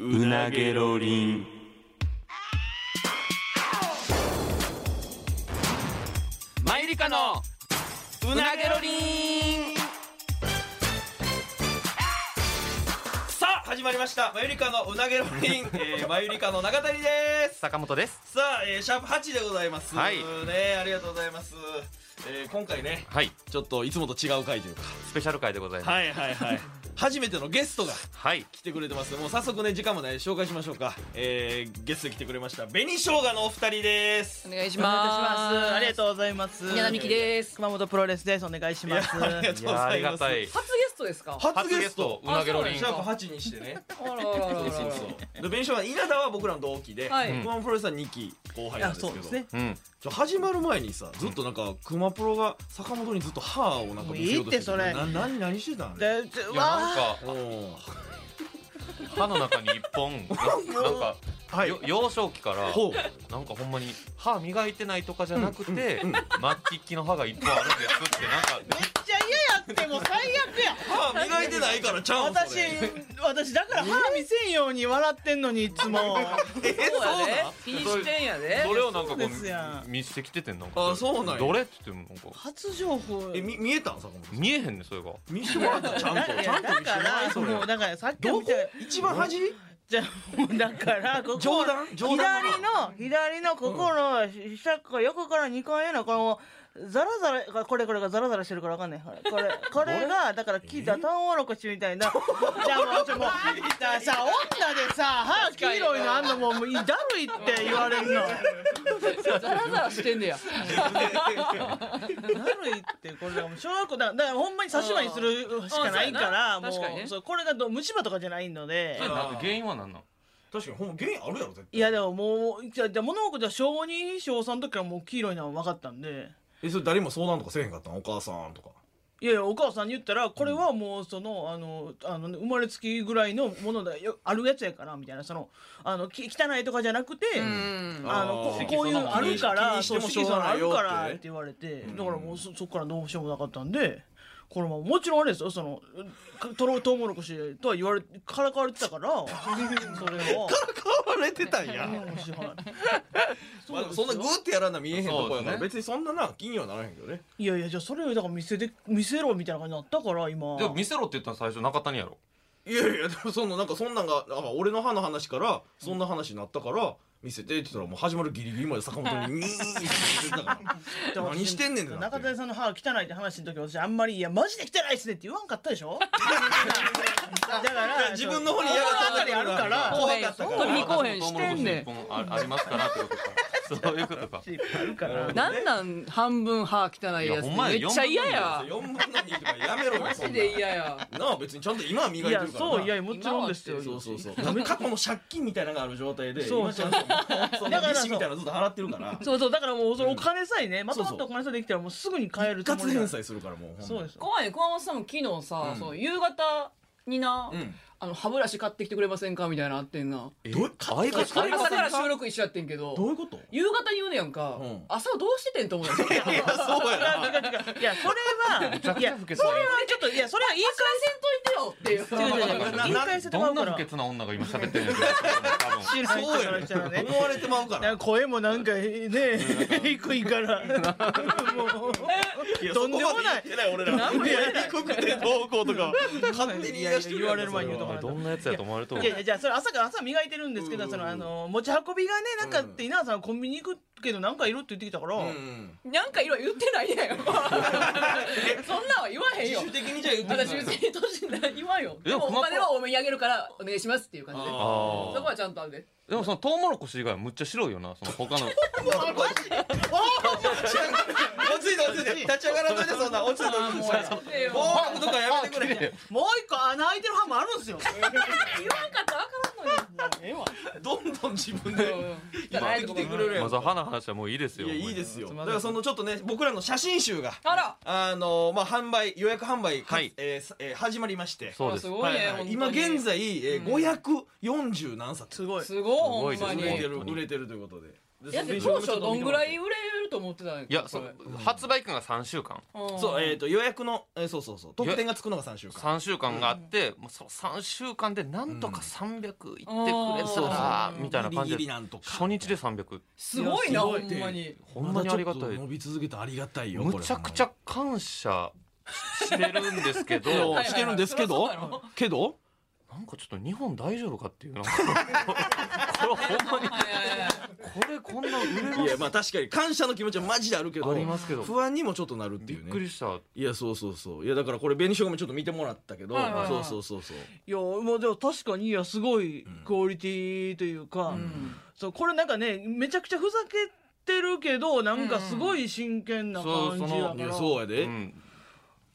うなげろりん。マイリカのうなげろりん。さあ始まりました「マユリカのうなげろり ん」えー、マユリカの中谷です坂本です。さあ、えー、シャープ8でございます、はいねありがとうございます、えー、今回ねはい、ちょっといつもと違う回というかスペシャル回でございます。はいは いはい初めてのゲストがはい、来てくれてますもう早速ね時間もない紹介しましょうか、えー、ゲストに来てくれました紅生姜のお二人ですお願いしお願いいたします。ありがます。とうございます。宮田美希です。熊本プロレスです。お願いしいやます。ありがいうとごやーあざりいまがすたい。初ゲストですか。初ゲスト初うなげろありんシ。ャープ8にしてねあららららそうそうそうで紅生姜稲田は僕らの同期で、はい熊本プロレスは2期後輩いなんやですけそうどですね。うん、ちょ始まる前にさずっとなんか熊プロが坂本にずっと歯をなんかもう見いせよいうっとてしてそれな何何してたんで、でいやなんわあ、か歯の中に一本ななんか、はいよ幼少期からほうなんかほんまに歯磨いてないとかじゃなくて、末期期の歯が一本あるんですってなんかめっちゃ嫌やってもう最悪や。歯磨いてないからちゃうん そ私れ、私だから歯見せんように笑ってんのにいつも。えそうそうやでなん。ピー視点やでそ。れをなんかこそうですやう見せてきててんなんかあそうなんやどれって言ってもなんか初情報。えみ見えたん坂本見えへんねそれが見せてもらったちゃんとだちゃんと見せてもらえからそれもうだからさっきどみこたい一番端じゃあもうだからここ冗談冗左談の左のここの下っか横から2回目のこのザラザラがこれこれがザラザラしてるからわかんないこれこ れこれがだから聞いたタンオロコシみたいなじゃあもうちょもうだからさ女でさ歯黄色いのあんのもうもうだるいって言われ るのだザラザラしてんねや。るいってこれがもう小学校だからだからほんまに差し歯にするしかないからうんもうんそうやな確かにねうそうこれがど虫歯とかじゃないのでそれなんか原因は何なん 確かにほんま原因あるやろ絶対いやでももうじゃあじゃあ物心じゃ小2小3の時からもう黄色いのは分かったんでえそれ誰も相談とかせえへんかったんお母さんとかいやいやお母さんに言ったらこれはもうそのあのあのね生まれつきぐらいのものだよあるやつやからみたいなそのあのき汚いとかじゃなくて。うん。あのこあーこういうのあるか気らにしてもそうしょうがないよってね色々あるからって言われて、だからもうそそこからどうしようもなかったんでこのままもちろんあれですよそのうトロトウモロコシとは言われからかわれてたからそれ を変われてたんや面白いまあでもそんなグーってやらんな見えへんとこやかそうでらすね別にそんなな気にはならへんけどねいやいやじゃあそれをだから見せて見せろみたいな感じになったから今でも見せろって言ったの最初中谷やろいやいやでもそのなんかそんなんがあ俺の歯の話からそんな話になったから見せてって言ったらもう始まるギリギリまで坂本に「にー」って言ってたからで私何してんねんってなって中谷さんの歯汚いって話の時私あんまり「いやマジで汚いっすね」って言わんかったで しょだから自分の方に嫌がったあるから怖かったから飛び込へんしてんねんトウモロコシ一本あありますからってことかそういうことかあるから なんなん半分歯汚いやつ。いやほんまやめっちゃ嫌や。 4分の2とかやめろよマそジんでな嫌や。なあ別にちゃんと今は磨いいてるかやらなそういやもちろんですよそうそうそう過去の借金みたいなのがある状態でそう今ちゃんとそんな利子みたいなのずっと払ってるからそうそうだからもうそのお金さえね、まとまそっうそたうお金さえできたらもうすぐに買える一つも括りだ返済するからもうそうです怖いね。熊本さんも昨日さう、んそう夕方になう、んあの歯ブラシ買ってきてくれませんかみたいなのあってんな。どう相方朝買いませんから収録一緒やってんけどど。ういうこと夕方に言うねやんかうん。朝どうしててんと思うやん。いやいやそうやないやそれはいや それはちょっといやそれは言いせんといてよっていう。返せ違う違う違なうな言い返せてもどらんうかなら不潔な女が今喋ってるんやろ多分知らん人そうかやらしたらねねん思われてまうかならんか声もなんかね低いからもうやとんでそもないこまで言ってない俺ら何も言ってないや低くてどうこうとか勝手に言い出していやいや言われる前に言うとこお前どんなやつやと思われると思いうやいやじゃあそれ朝から朝磨いてるんですけど、うんうんそうんのあの持ち運びがねなんかっうて稲田さんコンビニ行くけどなんかいるって言ってきたから、うんなんか色々言ってないねん そんなんは言わへん自よ主的にじゃあ言って私別に年ない言わんよえでも熊子お金は多めにあげるからお願いしますっていう感じであそーこはちゃんとあるででもそのトウモロコシ以外はむっちゃ白いよなその 他の落ち着いて落ち着いて立ち上がらないでそんな落ち着いて落ち着いてええよフォークとかやめてくれもう一個穴開いてる歯もあるんですよ言わんかったらあかんのにええわどんどん自分で じゃあやってきてくれるやまんあその歯の話はもういいですいよやいいですよすいだませんからそのちょっとね僕らの写真集があらあのまあ販売予約販売かはいえーさえー始まりましてそうですすごいねはいはい本当に今現在えー540何冊すごいすごいほんすごまい売でれてにる本当に売れてるということででいや全で然当初どんぐらいい売れると思ってたんやいやそこれ発売期間が3週間うんそうえっ、と予約の、えーそうそうそう特典がつくのが3週間3週間があって、もうその3週間でなんとか300いってくれたら、うんみたいな感じギリギでリなんとか初日で300すごいないやすほごいんまにほんまにありがたまだちょっいと伸び続けてありがたいよこれむちゃくちゃ感謝してるんです けどいやはいしてるんですけどそりゃそうだろけどなんかちょっと日本大丈夫かっていうなんかこれほんまにはいはいはいこれこんな売れいまやすまあ確かに感謝の気持ちはマジであるけどありますけど不安にもちょっとなるってびっいうねくりしたいやそうそうそういやだからこれ紅しょもちょっと見てもらったけど、はいはいはいそうそうそうそういやまあでも確かにいやすごいんクオリティというか、うんそうこれなんかねめちゃくちゃふざけてるけどなんかすごい真剣な感じやから、うんいやそうやで、うん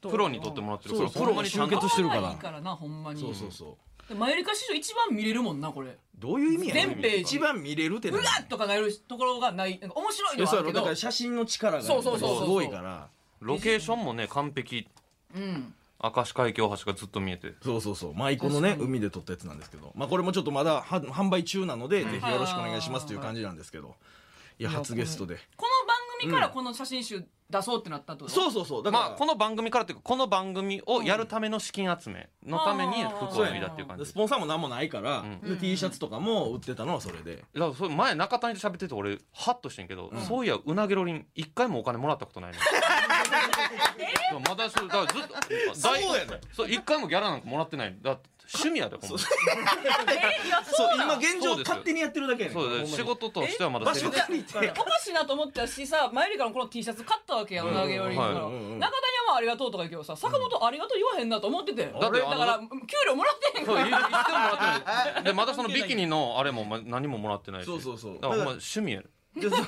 プロに撮ってもらってるからそうほんまにちゃんプロと集結してるから可愛いからなほんまにそうそうそうでマユリカ史上一番見れるもんなこれどういう意味やねん全ページ一番見れるってうなわっとかなるところがないなんか面白いいのやはあそうやろるけだどから写真の力がそうそうそうそうすごいからロケーションもね完璧うん明石海峡橋がずっと見えてそうそうそう舞妓のね確かに海で撮ったやつなんですけどまあこれもちょっとまだは販売中なので、ぜひよろしくお願いしますという感じなんですけどいや初ゲストでこの番組からこの写真集出そうってなったってことそうそうそうだから、まあこの番組からっていうかこの番組をやるための資金集めのためにうん服を脱いだっていう感でじスポンサーも何もないから、うで T シャツとかも売ってたのはそれで、だからそれ前中谷と喋ってて俺ハッとしてんけど、そういやうなげろりん一回もお金もらったことないのそうまだそうだからずっとだいそうやねそう一回もギャラなんかもらってないだって趣味やでほんまにえいやそうそうな今の現そ状うですよ勝手にやってるだけやねんそうだよほんまに仕事としてはまだ場成所立借りておかしいなと思ったしさマユリカのこの T シャツ買ったわけやんなげよりからうんは中いうんうん谷はまあありがとうとか言うけどさ坂本ありがとう言わへんなと思っててだあれから給料もらってへんそうか言ってもらもらってないでまだそのビキニのあれもま何ももらってないし そうそうそうだからほんま趣味やででそのま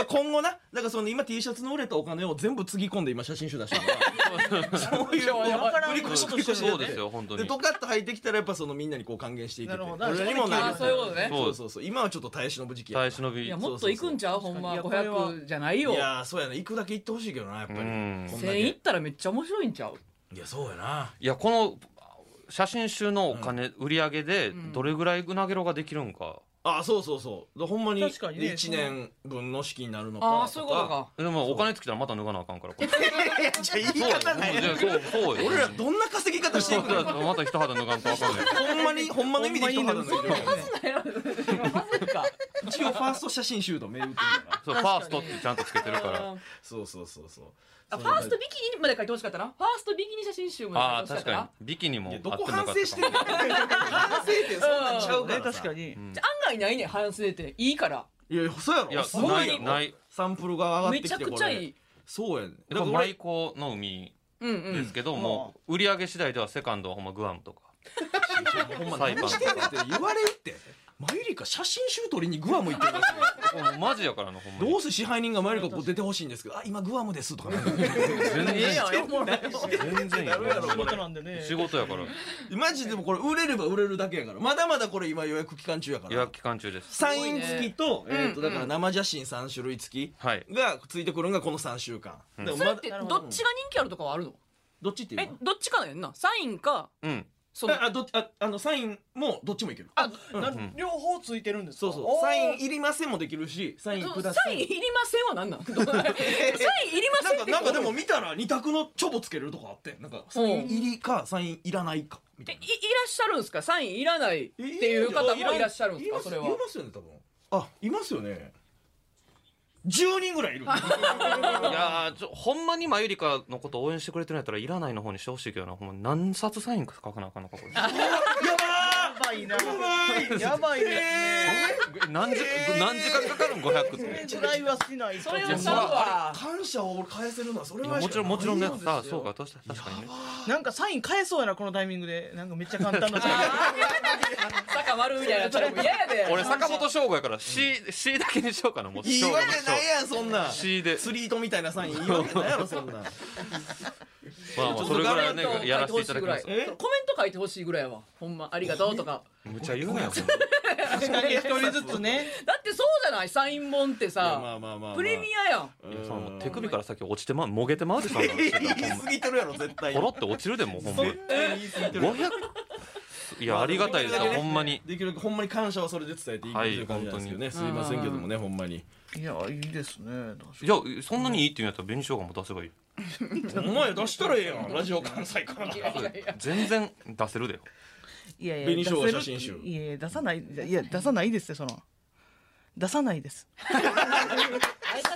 あ今後なだからその今 T シャツの売れたお金を全部つぎ込んで今写真集出してるからそういういやわからん振り越し振り越しそうですよ本当でにドカッと履いてきたらやっぱそのみんなにこう還元していけてなるほど俺らにもなあるそういうことねそうそうそう今はちょっと耐え忍ぶ時期やから耐え忍びいやもっと行くんちゃうほんま確かにいやこれ500じゃないよいやーそうやな行くだけ行ってほしいけどなやっぱりうんこんだ1000け行ったらめっちゃ面白いんちゃういやそうやないやこの写真集のお金、売り上げでどれぐらいうなげろができるんか、あそうそうそうだほんまに確かにね1年分の式になるのかああそういうことかでもお金つきたらまた脱がなあかんからこれいやじゃ あ言い方ないそうよそうそうよ俺らどんな稼ぎ方していそうくのだまた一肌脱がんとあかんねほんまにほんまの意味で一肌脱いでるからねまずいか一応ファースト写真集と銘打ってるそからうファーストってちゃんとつけてる からそうそうそうそうあファーストビキニまで書いてほしかったなファーストビキニ写真集もあ書いあてほ確しかったなかにビキニもあいやってもどよこかっ反省してんのたか反省点そんなんちゃうからねさ確かに、うんじゃあ案外ないね反省点いいからいやそうやろいやすごないよいないサンプルが上がってめきてちゃくちゃいいいそうやねだから舞妓の海うんうんですけど、もう売り上げ次第ではセカンドはほんまグアムとかほんま 裁判何してんねんって言われるってマユリカ写真集撮りにグアム行ってるんですよほんまマジやからなほんまにどうせ支配人がマユリカここ出てほしいんですけどあ今グアムですと かね全ええ然やんええもんね全然ややろ仕事なんでね仕事やからマジでもこれ売れれば売れるだけやからまだまだこれ今予約期間中やか予ら約期間中ですサイン付きと,、いねえー、とだから生写真3種類付はいきがついてくるのがこの3週間、うんだかそられまってなどるっほちどが人気あるとかはあるのどっちっていうえのどっちかなんやんなサインかうん そのああどっちああのサインもどっちもいけるあ、んな両方ついてるんですかそうそうサインいりませんもできるしサインくださサインいいりませんは何なん サインいりまなせんんっかてなんかでも見たら二択のチョボつけるとかあってなんかサイン入りかサインいらないかみたえいいいならっしゃるんですかサインいらないっていう方もいらっしゃるんですかそれはいますよね多分あいますよね10人ぐ らいいるいやーちょほんまにマユリカのこと応援してくれてるんやったらいらないの方にしてほしいけどなほんま何冊サイン書かなあかんのかこれやばやばいなーやばいやばいですね、何時何時間かかるん500ってそれぐらいはしないとそれいはやちそらゃうわ感謝を俺返せるのはそれいはやもちろんもちろんねさあそうかか確かに確かにねなんかサイン返そうやなこのタイミングでなんかめっちゃ簡 単な坂丸みたいなちょっと嫌やで俺坂本翔吾やから C, C だけにしようかなもういい翔吾わのけないやんそんなん翔 C で釣り糸みたいなサインいいわ けないやろそんなんまあまあそれぐらいねやらせていただきますコメント書いてほしいぐらいはほんまありがとうとかむちゃ言うなよ確かに一人ず つねだってそうじゃないサイン本ってまさあまあまあまあプレミアやんアそのもう手首から先落ちてまもげてまうでそんなの言い過ぎてるやろ絶対ポロって落ちるでもうほんま絶対言い過ぎてる500いやありがたいですよほんまにできるだけほんまに感謝はそれで伝えていくとはいいう感じなんですけどね、すいませんけどもねほんまにいやいいですねいやそんなにいいって言うんやったら紅生姜も出せばいいお前出したらええやんラジオ関西からいやいやいや全然出せるでよいやいや紅生姜出せる写真集いやいや出さないいや出さないですよその出さないです相方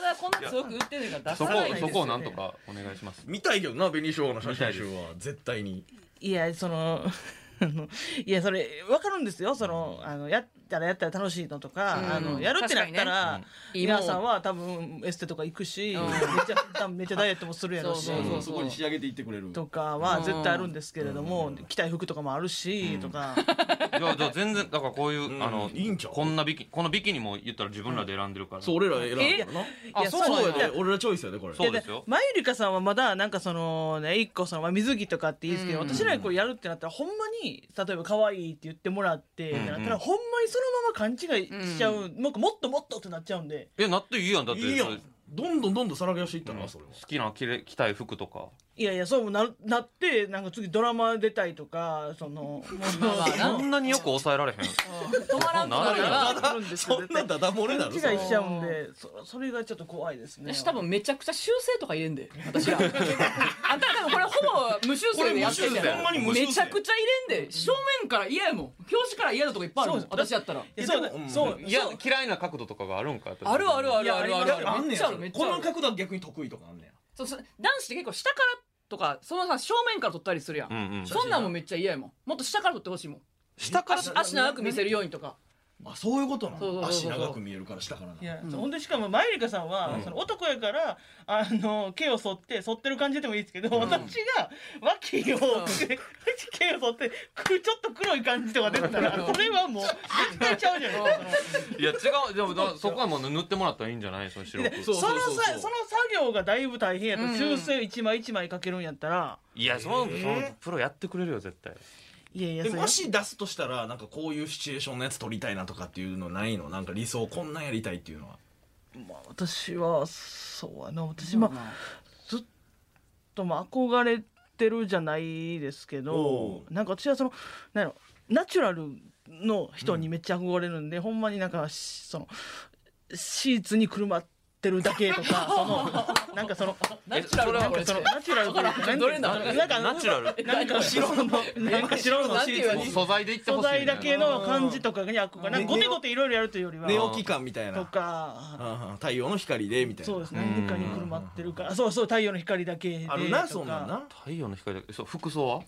はこんな強く言ってるから出そさこないですすでよそねこをなんとかお願いします見たいけどな紅生姜の写真集は絶対にいやその あのいやそれ分かるんですよそのあのやったらやったら楽しいのとか、うんあのやるってなったら、うん皆さんは多分エステとか行くし、うんめっちゃ多分めっちゃダイエットもするやろしそうそうそうそこに仕上げていってくれるとかは絶対あるんですけれども、着たい服とかもあるし、とかじゃあじゃあ全然だからこういう、うんあのいいんちゃうこんなビキこのビキニも言ったら自分らで選んでるから、そう俺ら選んだからなあそうなんやそうやで俺らチョイスやでこれそうですよまゆりかさんはまだなんかそのね一個そのまあ水着とかっていいですけど、うん私らにこれやるってなったらほんまに例えば可愛いって言ってもらってってなったら、うんほんまにそのまま勘違いしちゃう、なんかもっともっとってなっちゃうんでえなっていいやんだっていいやそれんどんどんどんどんさらけ出していったうなんそれは好きな着れ着たい服とかいやいやそうなるなってなんか次ドラマ出たいとかそのまあまあなそんなによく抑えられへん 止まらんとなるからあるんですそよん絶な対ダダ漏れな勘る違いしちゃうんでそそれがちょっと怖いですね私多分めちゃくちゃ修正とか入れんで私らあんた多分これほぼ無修正でやってんだこれ無修正よほんまに無修正めちゃくちゃ入れんで正面から嫌やもん表紙から嫌なとこいっぱいあるもんそう私やったらいやそうでもそういや嫌いな角度とかがあるんかやっぱりあるあるあるあるあいやるああるりまめっちゃあるめっちゃある角度は逆に得意とかあんねそうそう男子って結構下からとかそのさ正面から撮ったりするやん、うんうんそんなんもめっちゃ嫌やもんもっと下から撮ってほしいもん下から足足長く見せるようにとかやあそういうことなそうそうそのうそう足長く見えるから下からないや、うんほんでしかもマユリカさんは、その男やからあの毛を剃って剃ってる感じでもいいですけど、私が脇を、毛を剃ってくちょっと黒い感じとか出てたら、うんそれはもう絶対ちゃうじゃないですか。いや違うでもだそこはもう塗ってもらったらいいんじゃないその白くでそそうそうそうそうのさその作業がだいぶ大変やった、うん修正一枚一枚かけるんやったらいやその,、えーそのプロやってくれるよ絶対いやいやでそれもし出すとしたらなんかこういうシチュエーションのやつ撮りたいなとかっていうのないのなんか理想こんなんやりたいっていうのはまあ私はそうやな私まあずっとまあ憧れてるじゃないですけどおなんか私はそのなんやろナチュラルの人にめっちゃ憧れるんで、ほんまになんかしそのシーツにくるまってるだけとかそのなんかそのナチュラルななんこれってかそのナチュラルというかどれだなんかなんかナチュラルなんか白のなんか白のシーツももうに素材でいって素ほしいね材だけの感じとかに憧れなんかゴテゴテいろいろやるというよりは寝起き感みたいとなかうんうん太陽の光でみたいなそうですうねん何かにくるまってるからそうそう太陽の光だけであるなとかそんなんな太陽の光だけそう服装は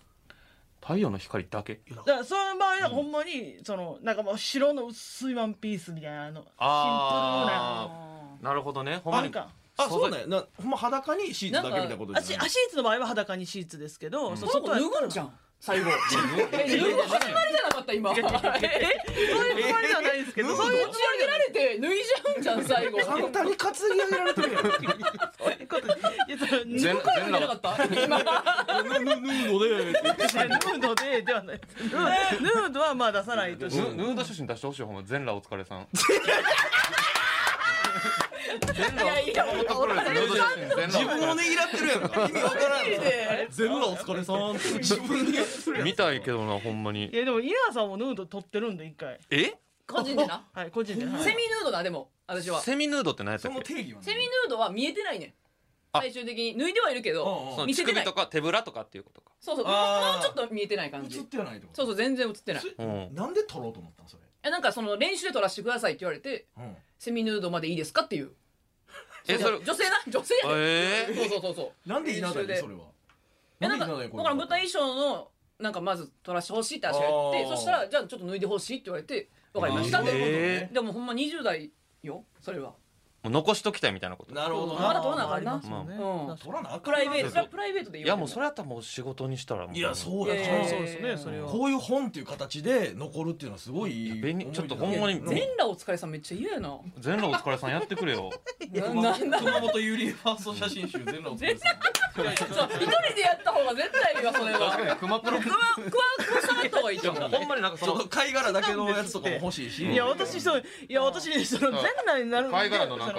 太陽の光だけだからその場合はほんまにそのなんかもう白の薄いワンピースみたいなあのシンプルあななるほどねほんまなにんかあそうなんやなほんま裸にシーツだけみたいなことあじシゃあないシーツの場合は裸にシーツですけど、そこの子は脱ぐんじゃん最後脱 え脱ぐ始まりじゃなかった今えそういうつもりではないですけど、えーそういう持ち上げられて脱いじゃうんじゃん最後簡単に担ぎ上げられてるやんヌこといやその全脱脱い全でなか裸った今ーヌードでぐヌードでではないですヌーヌードはまあ出さないとしヌてヌード写真出してほしいよほんま全裸お疲れさ ん全裸いやいや男プロレスヌード写真全 自裸分をねぎらってるやん か意味わからんで全裸お疲れさんって 自分でやってるやん見たいけどなほんまいにやでも稲葉さんもヌード撮ってるんで一回え個人でなはい個人で、はいセミヌードなでも私はセセミヌードって何やったそっのけ定義はねミヌードは見えてないねんあ最終的に脱いではいるけうどんうんその見せ乳てない首とか手ぶらとかっていうことかそうそうもうあーもうちょっと見えてない感映っじてはないってことそうそう全然映ってないそうんなんで撮ろうと思ったんそれ、えなんかその練習で撮らせてくださいって言われてセミヌードまでいいですかっていうえそれ女性な女性やえでそうそうそうそうなんで稲田練習にでそれはえなんかでだ稲か田にらこれ舞台衣装のなんかまず撮らしてほしいって私が言っあてーそしたらじゃあちょっと脱いでほしいって言われてわかりましたって、えでもほんま20代よそれはもう残しときたいみたいなことなるほどなまだ撮らなあかんりまなすよねうん確か撮らなあかプんなライベートそれはプライベートで言いわれやるもうそれやったらもう仕事にしたらもいやうそうやいやいなやそうですねそれはこういう本っていう形で残るっていうのはすごいいや便利思い出ちょっとほんまにうん全裸お疲れさんめっちゃ嫌やな全裸お疲れさんやってくれ よな熊なんだ本熊本ユリファースト写真集全裸お疲れさそう一人でやった方が絶対いいわそれはにクマプロクワクワクワした方がいいじゃんほんまになんかんそそのの貝殻だけのやつとかも欲しいしいや私そういや私ねその全裸になる貝殻のなんか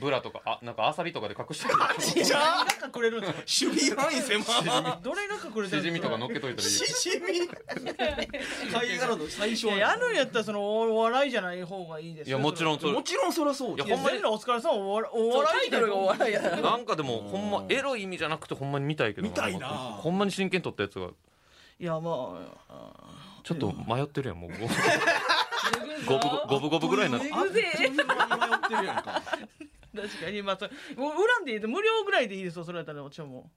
ブラとかあなんかアサリとかで隠してる じゃあ何が隠れるんですか守備範囲狭どれが隠れてるシジんですミかとか乗っけといたらいい シジミ貝殻の最い小ややるんやったらそのお笑いじゃない方がいいですいやもちろんんそれもちろんそりゃそういやほほんんままににお疲れさんお笑おそう笑タいイトルがお笑いやななんかでもうんほんまエロい意味じゃなくてほんまに見たいけど見たいなほんまに真剣に撮ったやつがいやまあちょっと迷ってるやん もうご五分五分五分ぐらいになってあっという間に迷ってるやんか確かにまあそれもう恨んでいいです無料ぐらいでいいですよそれやったらお茶も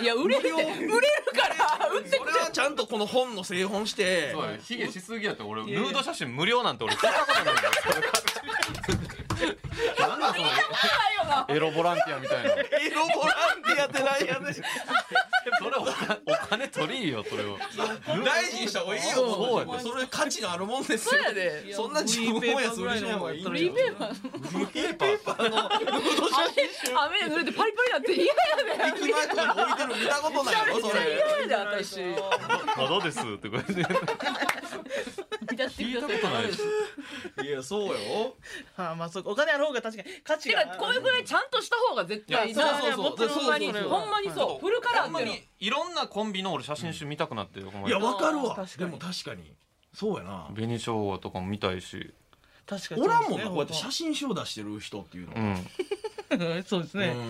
いや売れるって売れるから売ってそれはちゃんとこの本の製本してそうやヒゲしすぎやった俺いやいやヌード写真無料なんて俺聞いたことないんだよなんだそのないよなエロボランティアみたいなエロボランティアってなんやね んそれおお金取りいよそれを 大事にした方がいいよそうそれ価値のあるもんですそうよやでそんな自分本やそれしない方がいいんだリよベーマンフリーペーパーのヌード写真雨で濡れてパリパリなって嫌やで駅前とかに置いてるの見たことないやろそれ嫌やで私まだですって これでやってくださ聞いたことないいですいやそうよは あまあそうお金ある方が確かに価値てがかこれぐらいちゃんとした方が絶対いいいなやそうそうそうほんまにそうそうそうほんまにそうフルカラほんーっまてのにいろんなコンビの俺写真集見たくなってほんまいにやわかるあーわ確かでにも確かにそうやな紅しょうがとかも見たいし確かにおらんもんなこうやって写写真集を出してる人っていうのうはん真そうですねうん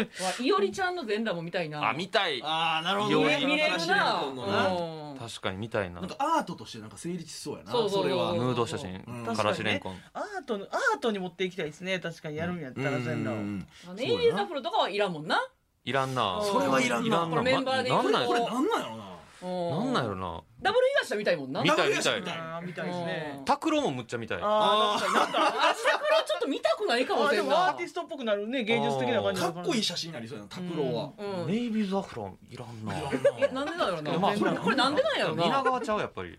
わいおりちゃんの全裸も見たいなあ見たいああなるほどよねり見れるな新しいのなうん確かに見たいななんかアートとしてなんか成立しそうやなそうそうそうそれはうヌんード写真うんからしれんこんアートのアートに持っていきたいですね確かにやるんやったら全裸をうんネイリーザフロとかはいらんもんないらんなそれはいらんないらんこれメンバーで行なくんなんこやれとなんなんやろなろなんなんやろろなダブル東田みたいもんな見たいダブルやし見たいあーみたいですね拓郎もむっちゃ見たいあーなんかなんかあ桜ちょっと見たくないかあもしーでれんもアなーティストっぽくなるね芸術的な感じかっこいいし写真になりそうやな拓郎はうんネイビーズアフロンいらんなえなんでなんやろまあなそこれれこれなんでなんやろ皆な川ちゃうやっぱり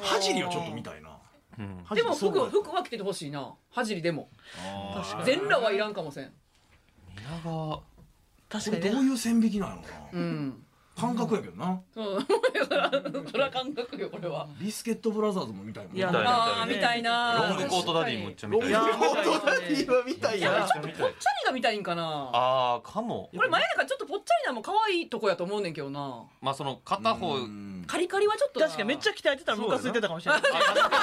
はじりはちょっと見たいなうんはじでりもそう服だ服は着ててほしいなはじりでもあー確かに全裸はいらんかもせん皆川確これかにどねういう線引きなんやろうな、ん感覚やけどなそう そら感覚よこれはビスケットブラザーズも見たいもんいやみたいああみたいなロングコートダディむっちゃ見たいいやむっは見たいちゃ見たいチャリが見たいんかなあーかもこれ前中ちょっとぽっちゃりなも可愛いとこやと思うねんけどなまあその片方うんカリカリはちょっとな確かにめっちゃ鍛えてたらムカついてたかもしれない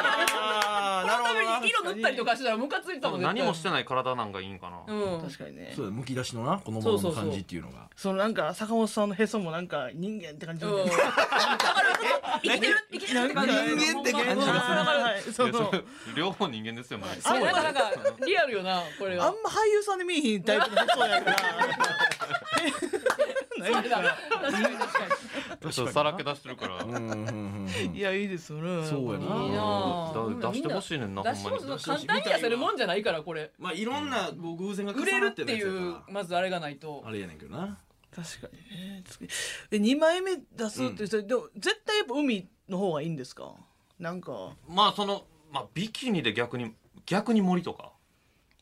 あーなこるのほどなために色塗ったりとかしたらムカついたもん何もしていない体なんかいいんかなうん確かにねそうだむき出しのなこのものの感じっていうのがそのなんか坂本さんのへそもなんか人間って感じうんだから生きてる生きてるって感じ人間って感じほんまほんまほんまはいそいやのそれ両方人間ですよ前あれなんかなんかリアルよなこれあんはま俳優さんで見えひんタイプの へそやからないですからちょっとさらけ出してるからうんうんうんうんいやいいですよねそうやないいなうんだ出してほしいねんなほ出んしま物にの簡単に出せるもんじゃないからこれまあいろんなこう偶然が重売れなるっってるやていつやうからまずあれがないとあれやねんけどな確かにねつけえ2枚目出すって、それでも絶対やっぱ海の方がいいんですかなんかまあそのまあビキニで逆に逆に森とか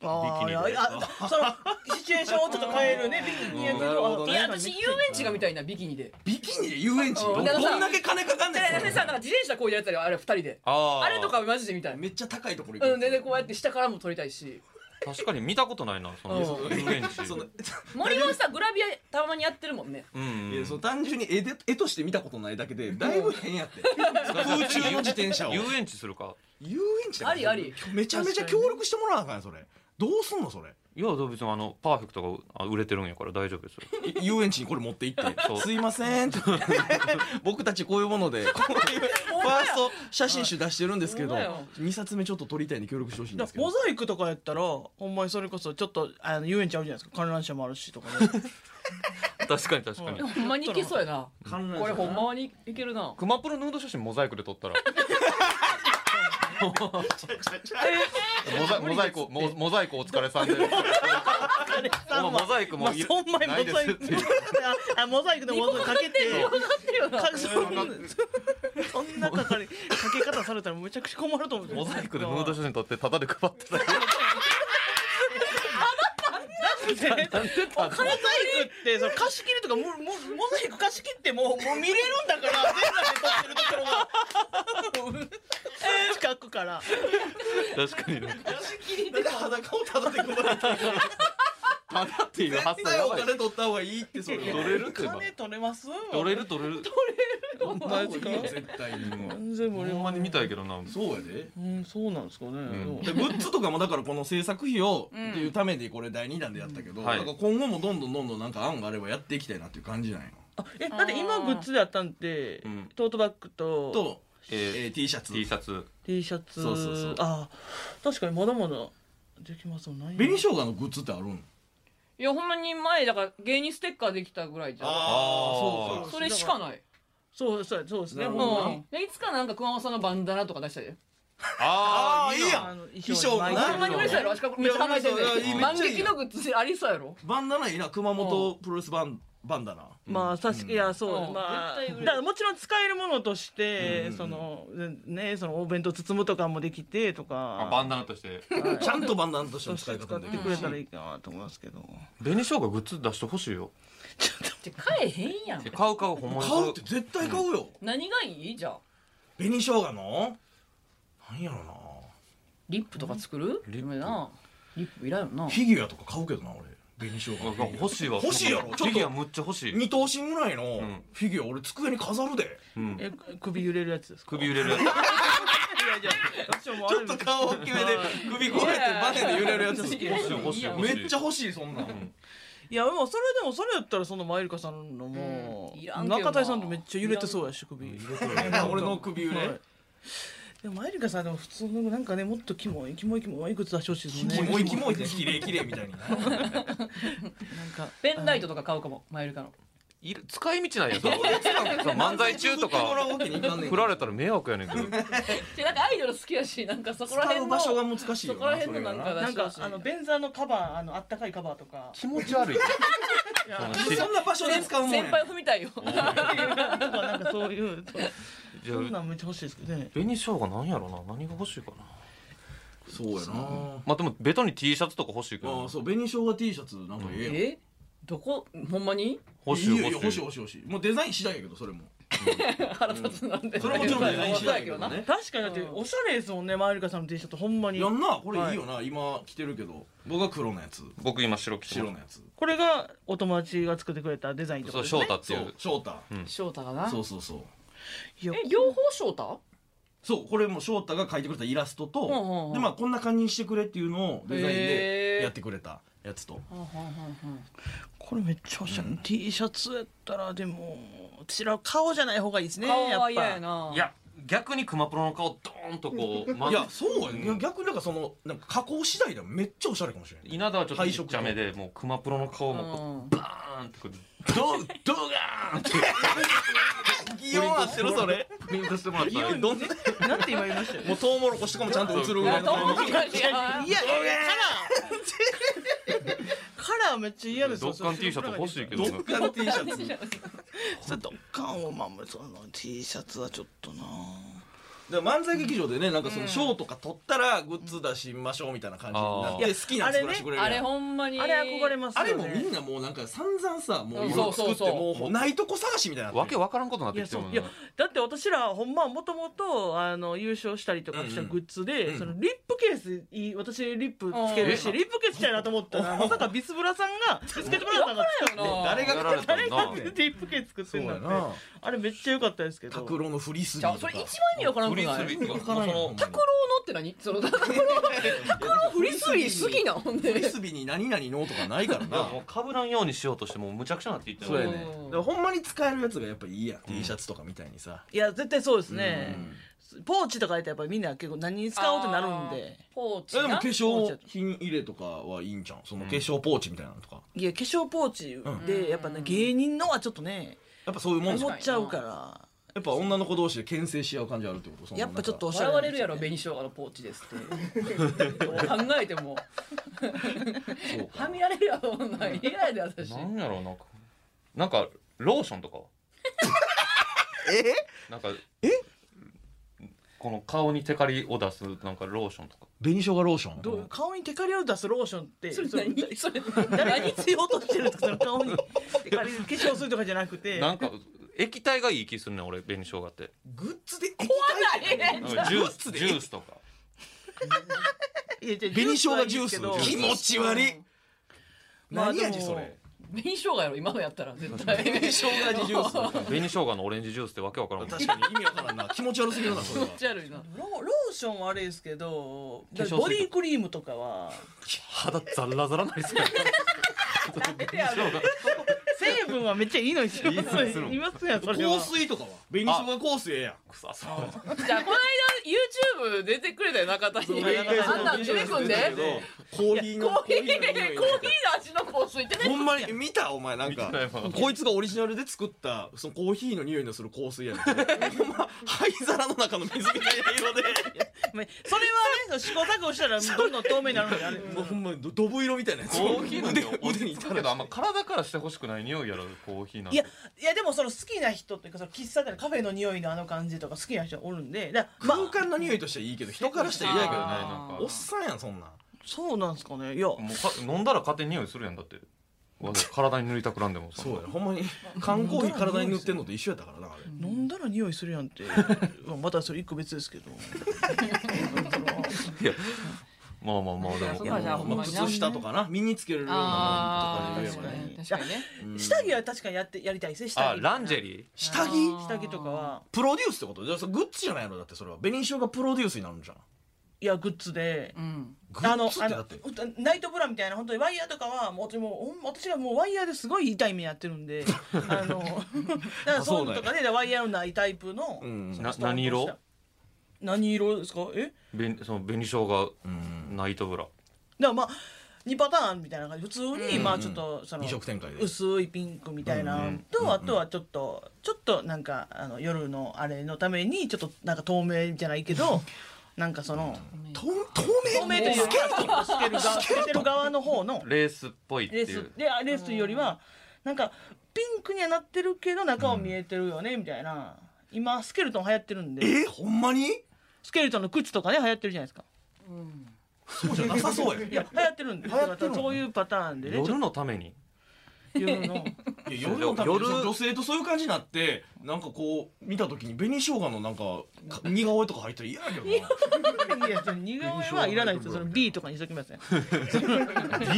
あビキニでーいやあそのシチュエーションをちょっと変えるねビキニやうけんなるほどどねいや私遊園地がみたいなビキニでビキニで遊園地うどんんだけ金かかんでねんそれさなんか自転車こうやったりあれ二人でああれとかマジで見たいめっちゃ高いところ行くうんででこうやって下からも撮りたいし確かに見たことないなそのう遊園地 その森のさグラビアたまにやってるもん ねうんうんいやその単純に絵で絵として見たことないだけでだいぶ変やって 空中の自転車を遊園地するか遊園地だありありめちゃめちゃ協力してもらわなあかんよそれどうすんのそれいやでも別にあのパーフェクトがあ売れてるんやから大丈夫ですよい遊園地にこれ持って行ってそう「すいません」って 僕たちこういうもの でこういうファースト写真集出してるんですけどほんまや2冊目ちょっと撮りたいんで協力してほしいんですけモどザイクとかやったらほんまにそれこそちょっとあの遊園地あるじゃないですか観覧車もあるしとか ね確かに確かにほんまにいけそうやな観覧車これほんまにいけるなクマプロヌード写真モザイクで撮ったらモザイモザイクモモザイクお疲れさんでもうモザイクもいるまあ、そんまにないでモすザっイていクう あモザイクでモザイク かけて分かってるよなかそそんなかかりかけ方されたらむちゃくちゃ困ると思うモザイクでヌード写真撮ってタダで配ってたらだってモザイクってその貸し切りとかももモザイク貸し切ってもうもう見れるんだから全裸で撮ってるところが近くくから確かにねなんで裸をただで配るって ただっていう発絶想対やおばい金取った方がいいってそれ取れるってば金取れます取れる取れるマジか絶対に全然ほ盛りんまに見たいけどなそうやでうんそうなんですかね、んでグッズとかもだからこの制作費をうんっていうためにこれ第2弾でやったけど、うんはいなんか今後もどんどんどんどんなんか案があればやっていきたいなっていう感じなんよ。あえだって今グッズでやったんで、うんトートバッグとと、ええーー T シャツ。 T シャツ T シャツそうそうそうあ確かにまだまだできますもんね紅生姜のグッズってあるん いやほんまに前だから芸人ステッカーできたぐらいじゃんあーそうか。それしかないそうそうそうですねなるうほどなんでいつかなんか熊本さんのバンダナとか出したであーいいやんの衣衣装巻いてるほんまに嬉しいやろあしかめっちゃ考えてるいや嬉しいいねやめっん万ちゃいい劇のグッズありそうやろバンダナいいな、熊本プロレスバンバンダナ。まあ確かいやそう、うんまあ絶対売れるだからもちろん使えるものとして、うんそのねそのお弁当包むとかもできてとかあバンダナとしてはいちゃんとバンダナとしてそのし使てい使方っでてくれたらいいかなと思いますけど、紅生姜グッズ出してほしいよって買えへんやんえ買う買うほんまに買うって絶対買うよ。何がいいじゃあ紅生姜のなんやろな。リップとか作るリップごめんなリップいらんよなフィギュアとか買うけどな、俺。紅生あ姜。欲しいわ欲しいやろちょっとフィギュアむっちゃ欲しい二等身ぐらいのんフィギュア、俺机に飾るで。うんえ首揺れるやつですか首揺れるやつ いやいや私はもう あちれょっと顔大きめで首こうやってバネで揺れるやついやいや欲しい欲しいめっちゃ欲しいそんなんいやでもそれでもそれやったらそのマイルカさんのもうんいらんうけどな中谷さんとめっちゃ揺れてそうやし首俺の首揺はれいでもマイルカさんでも普通のなんかねもっとキモいキモいキモいいくつ出してほしいですキもんねモいキモいって綺麗綺麗みたいになんかペンライトとか買うかもマイルカのいる使い道なんやそれそう 漫才中とか振られたら迷惑やねんけどでなんかアイドル好きやしなんかそこら使辺うの場所が難しいよそこら辺のなんかな出しんてほかしいあの便座のカバーあのあったかいカバーとか気持ち悪いそのしそんな場所で使うもん先輩を踏みたいよとかなんかそういうじそんゃなあんめっちゃ欲しいですけどね紅生姜なんやろな何が欲しいかなそうやなまあでもベトに T シャツとか欲しいけあどあそう紅生姜 T シャツなんかええやんいえどこほんまに欲しいいよいいよ欲欲ししいい欲しい欲しいもうデザイン次第やけどそれも腹立つなんでそれもちろんデザイン次そ第うややけけどどなね確かにだっておしゃれですもんねマイルカさんの T シャツほんまにやんなこれいいよな今着てるけど僕は黒のやつ僕今白着て白まのやつこれがお友達が作ってくれたデザインってすこそとうですね翔太ってそいうう翔太翔太がなそうそうそういやえ両方翔太そうこれも翔太が描いてくれたイラストと、うんうんうんでまあこんな感じにしてくれっていうのをデザインへでーやってくれたやつと、これめっちゃおしゃれ、T シャツやったらでも違う顔じゃない方がいいですね顔は嫌やっぱないや逆に熊プロの顔ドーンとこうまいやそうやね、いや逆になんかそのなんか加工次第でもめっちゃおしゃれかもしれない稲田はちょっとちっちゃめでもう熊プロの顔もうんバーンってこうドードガーン って擬音合ってるそれプリントしてもらったらどんなもなんて今言いましたようトウモロコシとかもちゃんと映るぐらいのどうもいやいやいやいやいやカラーカラーめっちゃ嫌ですドッカン T シャツ欲しいけどドッカン T シャツ どドッカンをまあその T シャツはちょっとなで漫才劇場でねなんかその賞とか取ったらグッズ出しましょうみたいな感じになってあ好きなの作らせてくれるやあんれほんまにあれ憧れますあよねれもみんなもうなんか散々さもううんいそろう作そうってそうもうもうないとこ探しみたいになわってけるわからんことになっいてやきてそうるもんいやなだって私らほんまもともとあの優勝したりとかしたグッズで、うんうんそのリップケースいい私リップつけるし、うんリップケースしたいなと思ったらまさかビスブラさんがつけてもらったんだ 誰誰がやられた誰がな リップケース作っそてうんだやってなあれめっちゃ良かったですけど拓郎のフリスビじゃーあとそかれ一番意味わからんくフリなーいスビーとかわからんよそのタクローのって何そのタクローフリスビー好きなほんフでリスビーに何々のとかないからいやなもうかぶらんようにしようとしてもうむちゃくちゃなっていったよそうやねうんだからほんまに使えるやつがやっぱいいやん T シャツとかみたいにさいや絶対そうですね、ポーチとかやったらやっぱりみんな結構何に使おうってなるんであーポーチえでもな化粧品入れとかはいいんじゃんその化粧ポーチみたいなのとかいや化粧ポーチでやっぱね、芸人のはちょっとねやっぱそういうもんじゃ思んっちゃうからやっぱ女の子同士で牽制し合う感じあるってことそのやっぱちょっとおし笑ゃれわなれんるですやよろね紅生姜のポーチですって考えてもなんかそうはかみられるやろほんなん嫌やで私なんやろうななんかローションとかは えなんかえこの顔にテカリを出すなんかローションとか紅生姜ローションどう顔にテカリを出すローションってそれそれ何それ誰に必要としてるんですかその顔にテカリ化粧するとかじゃなくてなんか液体がいい気するねん俺紅生姜ってグッズで液ないねなんかジュースジュースとか紅生姜ジュース気持ち悪い何味それ紅生姜やろ今のやったら絶対紅生姜味ジュース紅生姜のオレンジジュースってわけわからんもん確かに意味わからんな気持ち悪すぎるなそれは気持ち 悪いなロローションはあれですけど化粧水とかボディクリームとかは 肌ザラザラないっすか成分はめっちゃいいのにしますいいのにするのいますやんそれは香水とかは紅生姜香水ええやん 臭そうじゃあこの間 YouTube 出てくれたよ中田にあんなん出てくんでコーヒーのコーヒーコーヒーの匂いの味の香水ってねほんまに見たお前なんか見たよこいつがオリジナルで作ったそのコーヒーの匂いのする香水やねんほんま灰皿の中の水みたいな色でそれはね試行錯誤したらどんどん透明になるのにあれもうほんまどドブ色みたいなやつコーヒーの腕匂い腕にいだたけらどあんま体からしてほしくない匂いやろコーヒーなんいてやいやでもその好きな人っていうかその喫茶店のカフェの匂いのあの感じとか好きな人おるんでだからまあ空間の匂いとしてはいいけど人からして嫌やけどねあーおっさんやんそんなんそうなんですかねいやもうか飲んだら勝手に匂いするやんだってわざわざ体に塗りたくらんでもそうやほんまに缶コーヒー体に塗ってんのと一緒やったからなあれ飲んだら匂いするやん ってまあまたそれ一個別ですけどいやまあまあまあでいやそうかじゃあもほまんまあに靴下とかな身につけれるようなもあのーとかで言えばね確かにねうん下着は確かにやってやりたいですね下あ着ランジェリ下着あー下着とかはプロデュースってことじゃあそれグッズじゃないやろだってそれは紅生姜プロデュースになるんじゃんいやグッズでうんグッズってだってほんとナイトブラみたいな本当にワイヤーとかはもうもうほん私がもうワイヤーですごい痛い目やってるん であのだからそういうのとかねワイヤーのないタイプの、うんーな何色何色ですかえべその紅生姜うんナイトブラだからまあ2パターンみたいな感じ普通に、うんまあちょっとその二色展開で薄いピンクみたいうなんうのんと、うんうんあとはちょっとちょっとなんかあの夜のあれのためにちょっとなんか透明じゃないけどなんかそのと透透明という透か透ける側透ける側の方のレースっぽいってレーいスうであレースというよりはなんかピンクにはなってるけど中は見えてるよねみたいな今スケルトン流行ってるんでえほんまにスケルトンの靴とかね流行ってるじゃないですかそうじゃなさそうやんいや流行ってるんで流行ってるのそういうパターンでねちょ夜のためにっと夜のいや夜の旅夜その女性とそういう感じになってなんかこう見た時に紅生姜のなんかか似顔絵とか入ったら嫌やけどないや、その似顔絵はいらないですよ。その B とかにしときます ね。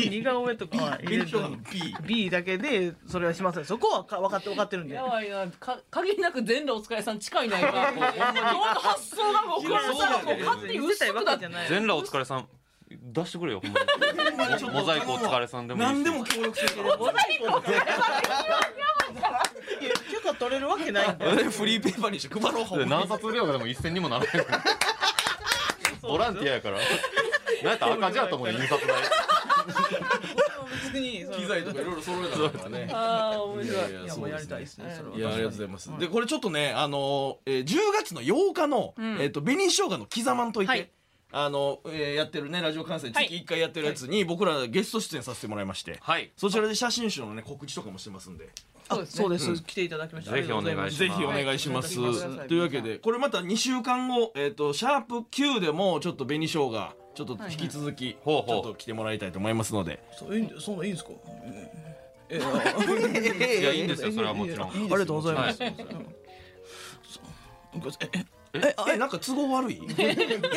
似顔絵とかは入紅れず生姜のに B B だけでそれはしません。そこはか分かって分かってるんでや。ばいなか限りなく全裸お疲れさん近いないか今の発想がもうこれさもう勝手に薄くなってゃない全裸お疲れさん出してくれよほんまにモザイクお疲れさんでもいいし何でも協力してく れる 許可取れるわけないんで。フリーペーパーにして配ろうほんでまに何冊量でも一銭にもならないボランティアやからなんやったら赤字やと思うね印刷代別にその機材とかいろいろ揃えたからねああ面い白やいいやいやそもううでやりすたいねですね。それはいやありがとうございます、はいでこれちょっとねあの、えー10月の8日の、んえっ、と紅生姜の刻まんといて、はいあの、えーやってるねラジオ関西はい月1回やってるやつに僕らゲスト出演させてもらいまして、はいそちらで写真集のね告知とかもしてますんでそうですねそうです。来ていただきました。ぜひお願いしますぜひお願いします、はいお願いしますというわけでこれまた2週間後えっ、とシャープ Q でもちょっと紅生姜ちょっと引き続き、ほうほうちょっと来てもらいたいと思いますので、そういいんそんないいんですか。えいやいいんですよそれはもちろんありがとうございます。はええなんか都合悪 いいや、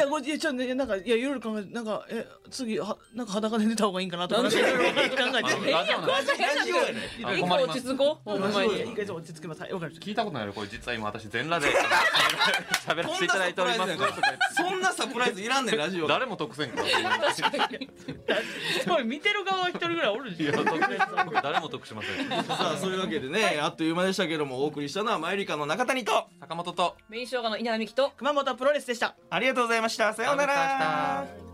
これ、いや、ちょっとね、なんか、いや、いろいろ考えて、なんか、え、次、は、なんか裸で出た方がいいんかなとか、なんかいろいろ考 えて。ラジオなんでラジオやねんあ一個困り落まちす着こうほんまいやに一回ちょっと落ち着きます。はい、わかりました。聞いたことないよこれ実は今私全裸で喋らこせんていただいておりますなサプライズやからそんなサプライズいらんねんラジオ誰も得せんからす ごい、見てる側一人ぐらいおるし。誰も得しませんさあそういうわけでね、あっという間でしたけどもお送りしたのはマユリカの中谷と坂本と紅生姜の稲田美希と熊本プロレスでした。ありがとうございましたさようなありがとうございまらした